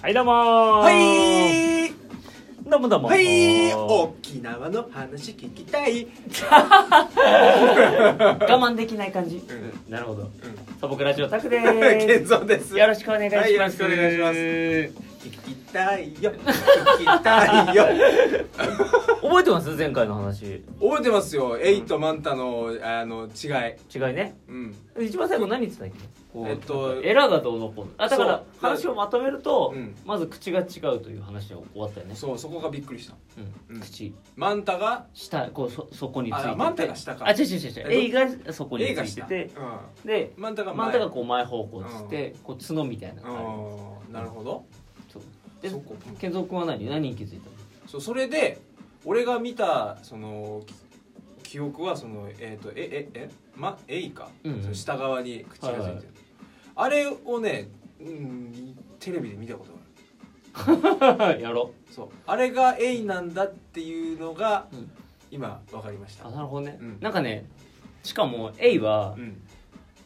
はいどうもーはいどうもどうもはい我沖縄の話聞きたい慢できない感じうなるほどう素朴ラジオタクで健ー 三ですすよろしくお願いします、はいよろしくお願いします聞きたいよ聞きたいよ覚えてます前回の話 覚えてますよエイとマンタのあの違い、違いねうん、一番最後何言ってたっけこうえっとエラーがどうのこうのあだからそう話をまとめると、うんまず口が違うという話を終わったよねそうそこがびっくりしたう、うんん口マンタが下こうそそこについててあマンタが下かあ違う違う違う違うえ A がそこにつ映画いしてた、てうでん、マンタが真ん前中がこう前方向っつって、こう角みたいなうのがあるんですんなるほどそうでそこ健三君は何何に気づいたそうそれで俺が見たそのき記憶はそのえっ、とえええまエイか、うんうんその下側に口がついてる、はいはいあれをね、うん、テレビで見たことがある のやろそうあれがエイなんだっていうのが、うん今わかりましたあなるほどね、うんなんかねしかもエイは、うん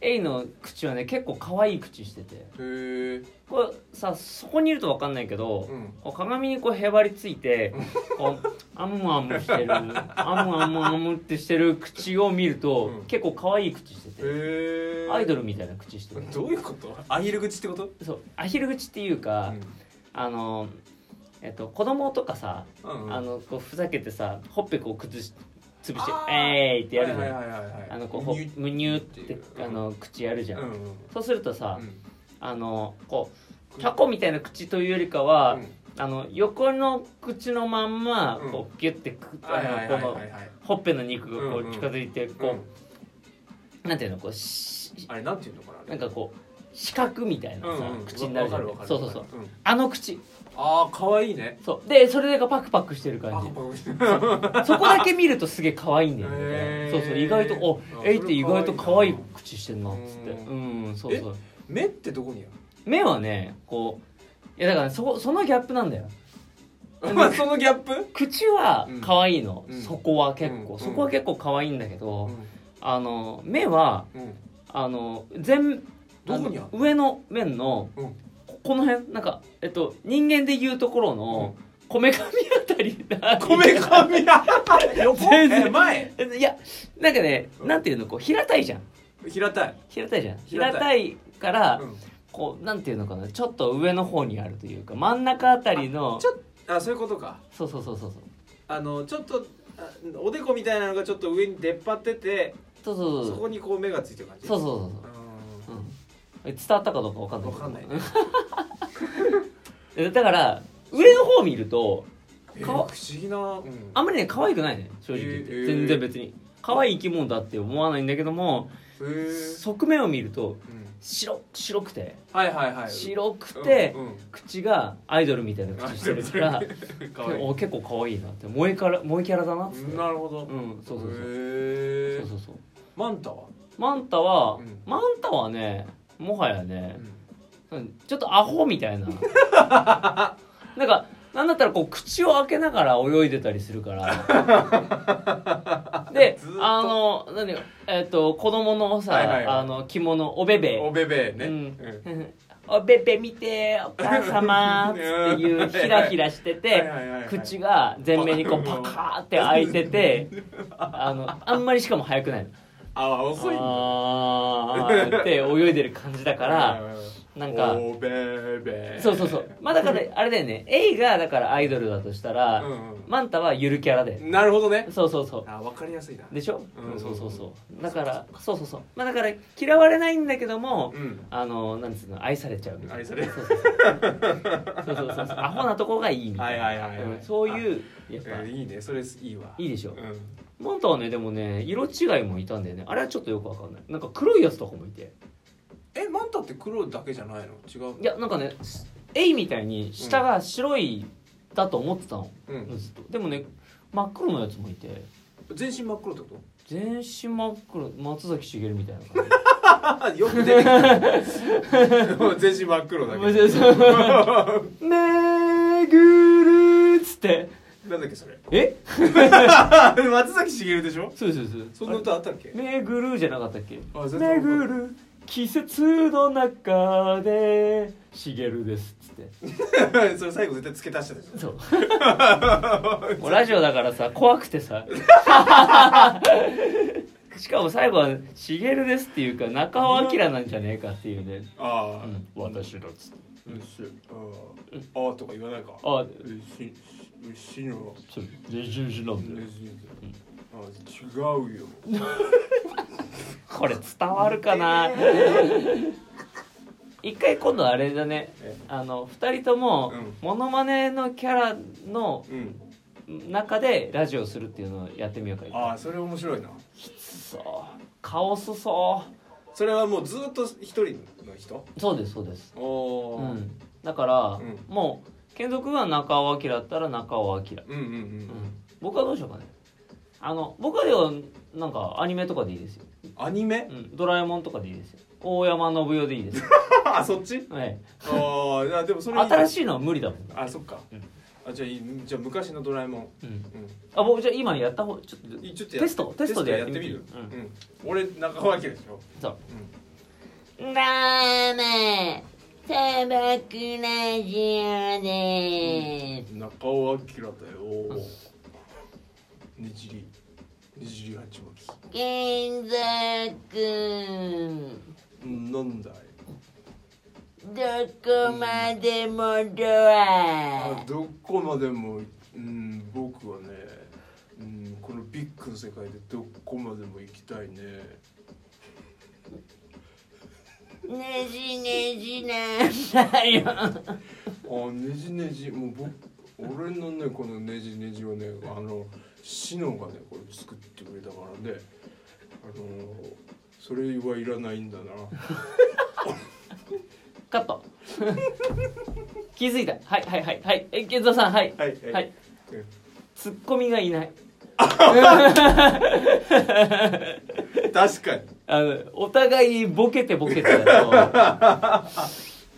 エイの口はね結構可愛い口しててへえこれさそこにいると分かんないけど、うんこう鏡にこうへばりついてこうあむあむ してるあむあむあむってしてる口を見ると、うん結構可愛い口してて、へえアイドルルみたいな口してるどういうことアヒル口ってことそうアヒル口っていうか、あのえっと子供とかさ、うんうんあのこうふざけてさほっぺこう崩し潰して「あーえーい!」ってやるじゃん、はいはいはいはいはいあのこうほニュむにゅってっていうあの口やるじゃん、うんうんそうするとさ、うんあのこうタコみたいな口というよりかは、うんあの横の口のまんまうんこうギュッてく、はいはあいのはこいのはいはいほっぺの肉がこうんううん近づいてうこんう、なんていうのこうしあれなんていうのかなあれなんかこう四角みたいなさ、うんうん口になるじゃんわかるわかるそうそうそううんあの口ああ可愛いねそうでそれがパクパクしてる感あじ可愛いそこだけ見るとすげえ可愛いんだよね、へーそうそう意外とおあえいって意外と可それ可愛愛いいな口してんなっつってううんそうそう目ってどこに目はねこういやだからねそこそのギャップなんだよあるまあそのギャップ口は可愛いの、うんそこは結構、うんそこは結構可愛いんだけど、うあの目はんうんあの全どこにあるあの上の面のうんここの辺なんかえっと人間で言うところのこめかみあたりだこめかみや 横全然え前いやなんかねなんていうのこう平たいじゃん平たい平たいじゃん平た平いたいから、うんこうなんていうのかなちょっと上の方にあるというか真ん中あたりのちょっとあそういうことかそうそうそうそうそうあのちょっとあおでこみたいなのがちょっと上に出っ張っててそうそうそそうこにこう目がついてる感じそううそうそうそう、うん、え伝わったかどうかわかんない分かんないね えだから上の方見るとえーか不わ思議な、うんあんまりね可愛くないね正直言って、えー全然別に可愛い生き物だって思わないんだけどもへー側面を見るとうん白白くてはいはいはい白くて、うんうん口がアイドルみたいな口してるからかわいお結構可愛いなって萌えから萌えキャラだなっつっていなるほど、うんそうそうそうへそうーそうそうマンタは、マンタは、うんマンタはねもはやねう、んちょっとアホみた いななんかなんだったらこう口を開けながら泳いでたりするから でずっとあの何えっ、と子供のさ、はいはいはいあの着物おべべおべべね、ううんんおべべ見てお母様っていうひらひらしてはいてはいはいはい口が前面にこうパカーって開いててあのあんまりしかも早くないのああ遅いんだあーって泳いでる感じだかはいらはいはいなんかおべべそうそうそうまあだからあれだよね A がだからアイドルだとしたら、うんうんマンタはゆるキャラでなるほどねそうそうそうあ分かりやすいなでしょ、うんそうそうそうだからそうそうそうまあだから嫌われないんだけども、うんあのなんつうの愛されちゃうみたいな愛されそうそうそうそうそうそうそうアホなとこがいいみたいな、はいはいはいはいうんそういうやっぱ、えーいいねそれいいわいいでしょうんマンタはねでもね色違いもいたんだよねあれはちょっとよくわかんないなんか黒いやつとかもいてえマンタって黒だけじゃないの違ういやなんかね A みたいに下が白いだと思ってたの、うんずっとでもね真っ黒のやつもいて全身真っ黒ってこと全身真っ黒松崎しげるみたいな感じあ よく出てきたもう全身真っ 黒だ けどめぐるっつってなんだっ けそれえ松崎しげるでしょそうそうそうそんな歌あったっけめぐるじゃなかったっけあ全然めぐる季節の中でしげるです」っつって それ最後絶対付け足してたじゃん そうもうラジオだからさ怖くて さしかも最後は「しげるです」っていうか中尾明なんじゃねえかっていうね「あうあ、ん、私だ」っつってうっしあーあーとか言わないか「あっうっしうっしいの練習しろうっしいのあー違うよこれ伝わるかな 一回今度あれだねえあの2人ともうんモノマネのキャラのうん中でラジオするっていうのをやってみようか一回ああそれ面白いなそうカオスそそれはもうずっと一人の人うそうですそうです、おうおー、ん、だから、うんもう剣族が中尾明だったら中尾明、うん、うんうんうん、僕はどうしようかねあの僕はではなんかアニメとかでいいですよ、アニメうん、ドラえもんとかでいいですよ大山信代でいい です、あそっちはい、ああいやでもそれ新いしいのは無理だもん、あそっか、うんあじゃあいいじゃあ昔のドラえもん、うん、うんあ僕じゃあ今やった方ちょっといちょっとやテストテストでやってみテるストやってみるうん俺中川家でしょそうダメ砂漠ラジオです中尾明だよねじりねじり鉢巻金属きなんだいどこまでもドあアどこまでもうん僕はねうんこのビッグの世界でどこまでも行きたいねねじねじなん だよあねじねじもう僕俺のねこのねじねじをねあのシノがねこれ作ってくれたからねあのそれはいらないんだなカット 気づいたはいはいはいはいえ健三さんはいはいはいはいうんツッコミがいない確かにあのお互いボケて ボケてだと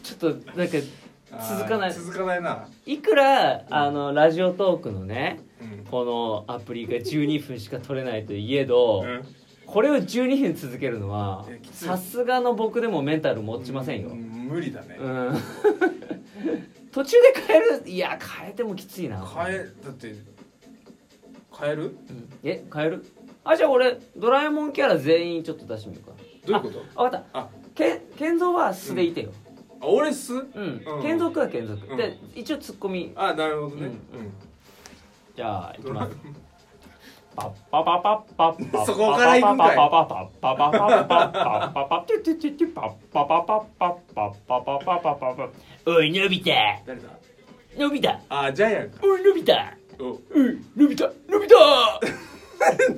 ちょっとなんか続かなあいー続かないな、いくらあのラジオトークのねうんこのアプリが12分しか取れないといえど、うんこれを12分続けるのはいやきついさすがの僕でもメンタル持ちませんよ、う無理だね、うん 途中で変えるいや変えてもきついな変えだって変えるうんえ変えるあじゃあ俺ドラえもんキャラ全員ちょっと出してみようかどういうことあ分かっあたけ健三は素でいてよあ俺すうんうん健三君は健三君うんで一応ツッコミあなるほどね、うんうんじゃあいきドラますパッパパパッパッパッそこから行くんかいパッパパパッパパッパッパッパッパッパッテュテュテュテュパッパパパッパッパッパッパッパッパッパッパッおいのび太誰だのび太あジャイアンかおいのび太おおいのび太のび太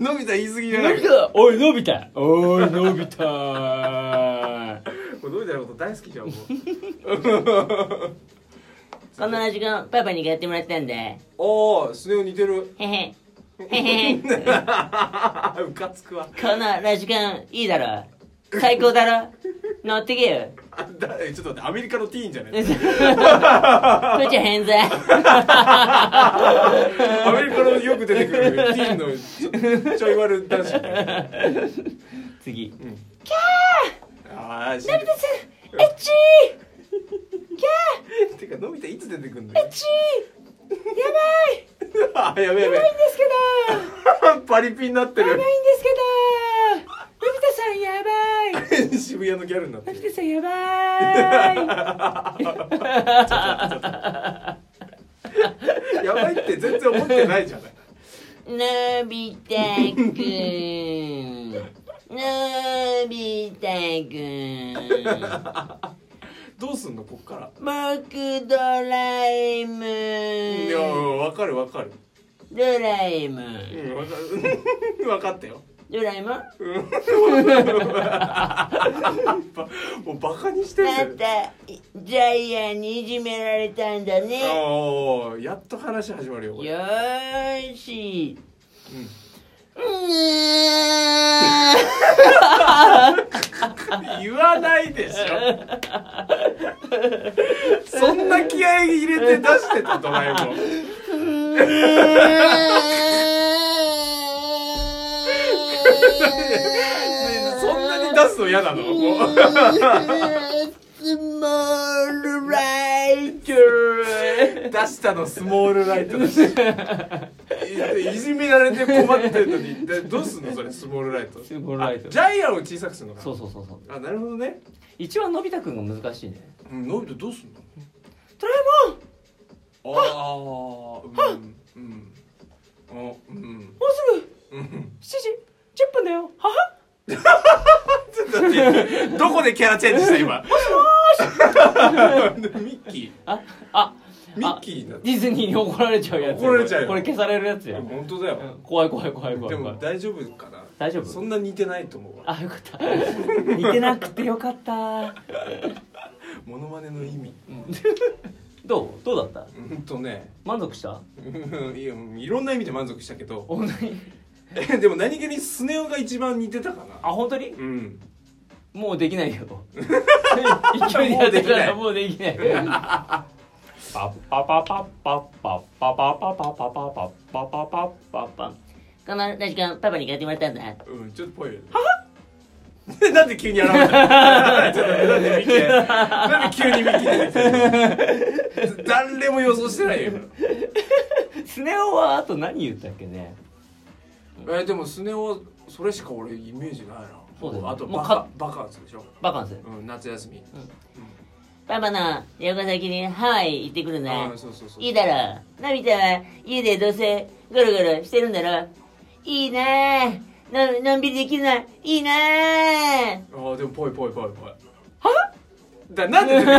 のび太言い過ぎじゃなのいび太おいのび太おいのび太これのび太のこと大好きじゃんも この味がパパに買ってもらったんだへうああスネ夫似てるへへ へうかつくわこのラジカンいいだろ最高だろ乗ってけよあだちょっと待ってアメリカのティーンじゃないこっちは変罪 アメリカのよく出てくる ティーンのちょちょい悪男子次ああ死んでえっち てかのび太いつ出てくるのよーちーやばい あやべやべやばいんですけど パリピになってやばいんるですけどのび太さんやばい渋谷のギャルになってのびる太さん やばいやばいって全然思ってないじゃないのび太くんのび太くんどうすんのこっから僕ドラえもいやんわかるわかるドラえもうんんわかる わかったよドラえもんばもうバカにしてるあんたジャイアンにいじめられたんだねおーやっと話始まるよこれよ ーし。うーん言わないでし ょそんな気合い入れて出してたドラえもん そんなに出すの嫌なのもう Small writer. 出したのスモールライトだしいじめられて困ってるのにでどうすんのそれスモールライトスモールライトあジャイアンを小さくするのかそうそうそうそうあなるほどね一応のび太くんが難しいねうんのび太どうすんのドラえもんああうんうんあうんもうすぐうん7時10分だよははどこでキャラチェンジした今ミッキああーミッキーなディズニーに怒られちゃうやつ怒られちゃうよこれ消されるやつや、の本当だよ怖い怖い怖い怖でい怖いも大丈夫かな大丈夫そんな似てないと思うわあよか った似てなくてよかったモノマネの意味どうどうだったうんとね満足したうんいやうんいろんな意味で満足したけど本当にえでも何気にスネ夫が一番似てたかなあ本当にうんもうできないよ勢いでやってたらもうできないパパパパパパパパパパパパパパパパパパこのラジコンパパに買ってもらったんだ。うんちょっとぽいよね なんで急に現れた ちょっとなんでミッキーなんで急にミッキー出てきた誰も予想してないよスネ夫はあと何言ったっけねえーでもスネ夫はそれしか俺イメージないなそうだよねあともうバかカバカンスでしょ、バカンスうん、夏休み、パパの旅行先にハワイ行ってくるんだああ。そうそうそういいだろ。のび太は家でどうせゴロゴロしてるんだろ。いいなぁ。ののんびりできるのいいなぁ。 ああでもぽいぽいぽいぽいはだなんで出てくる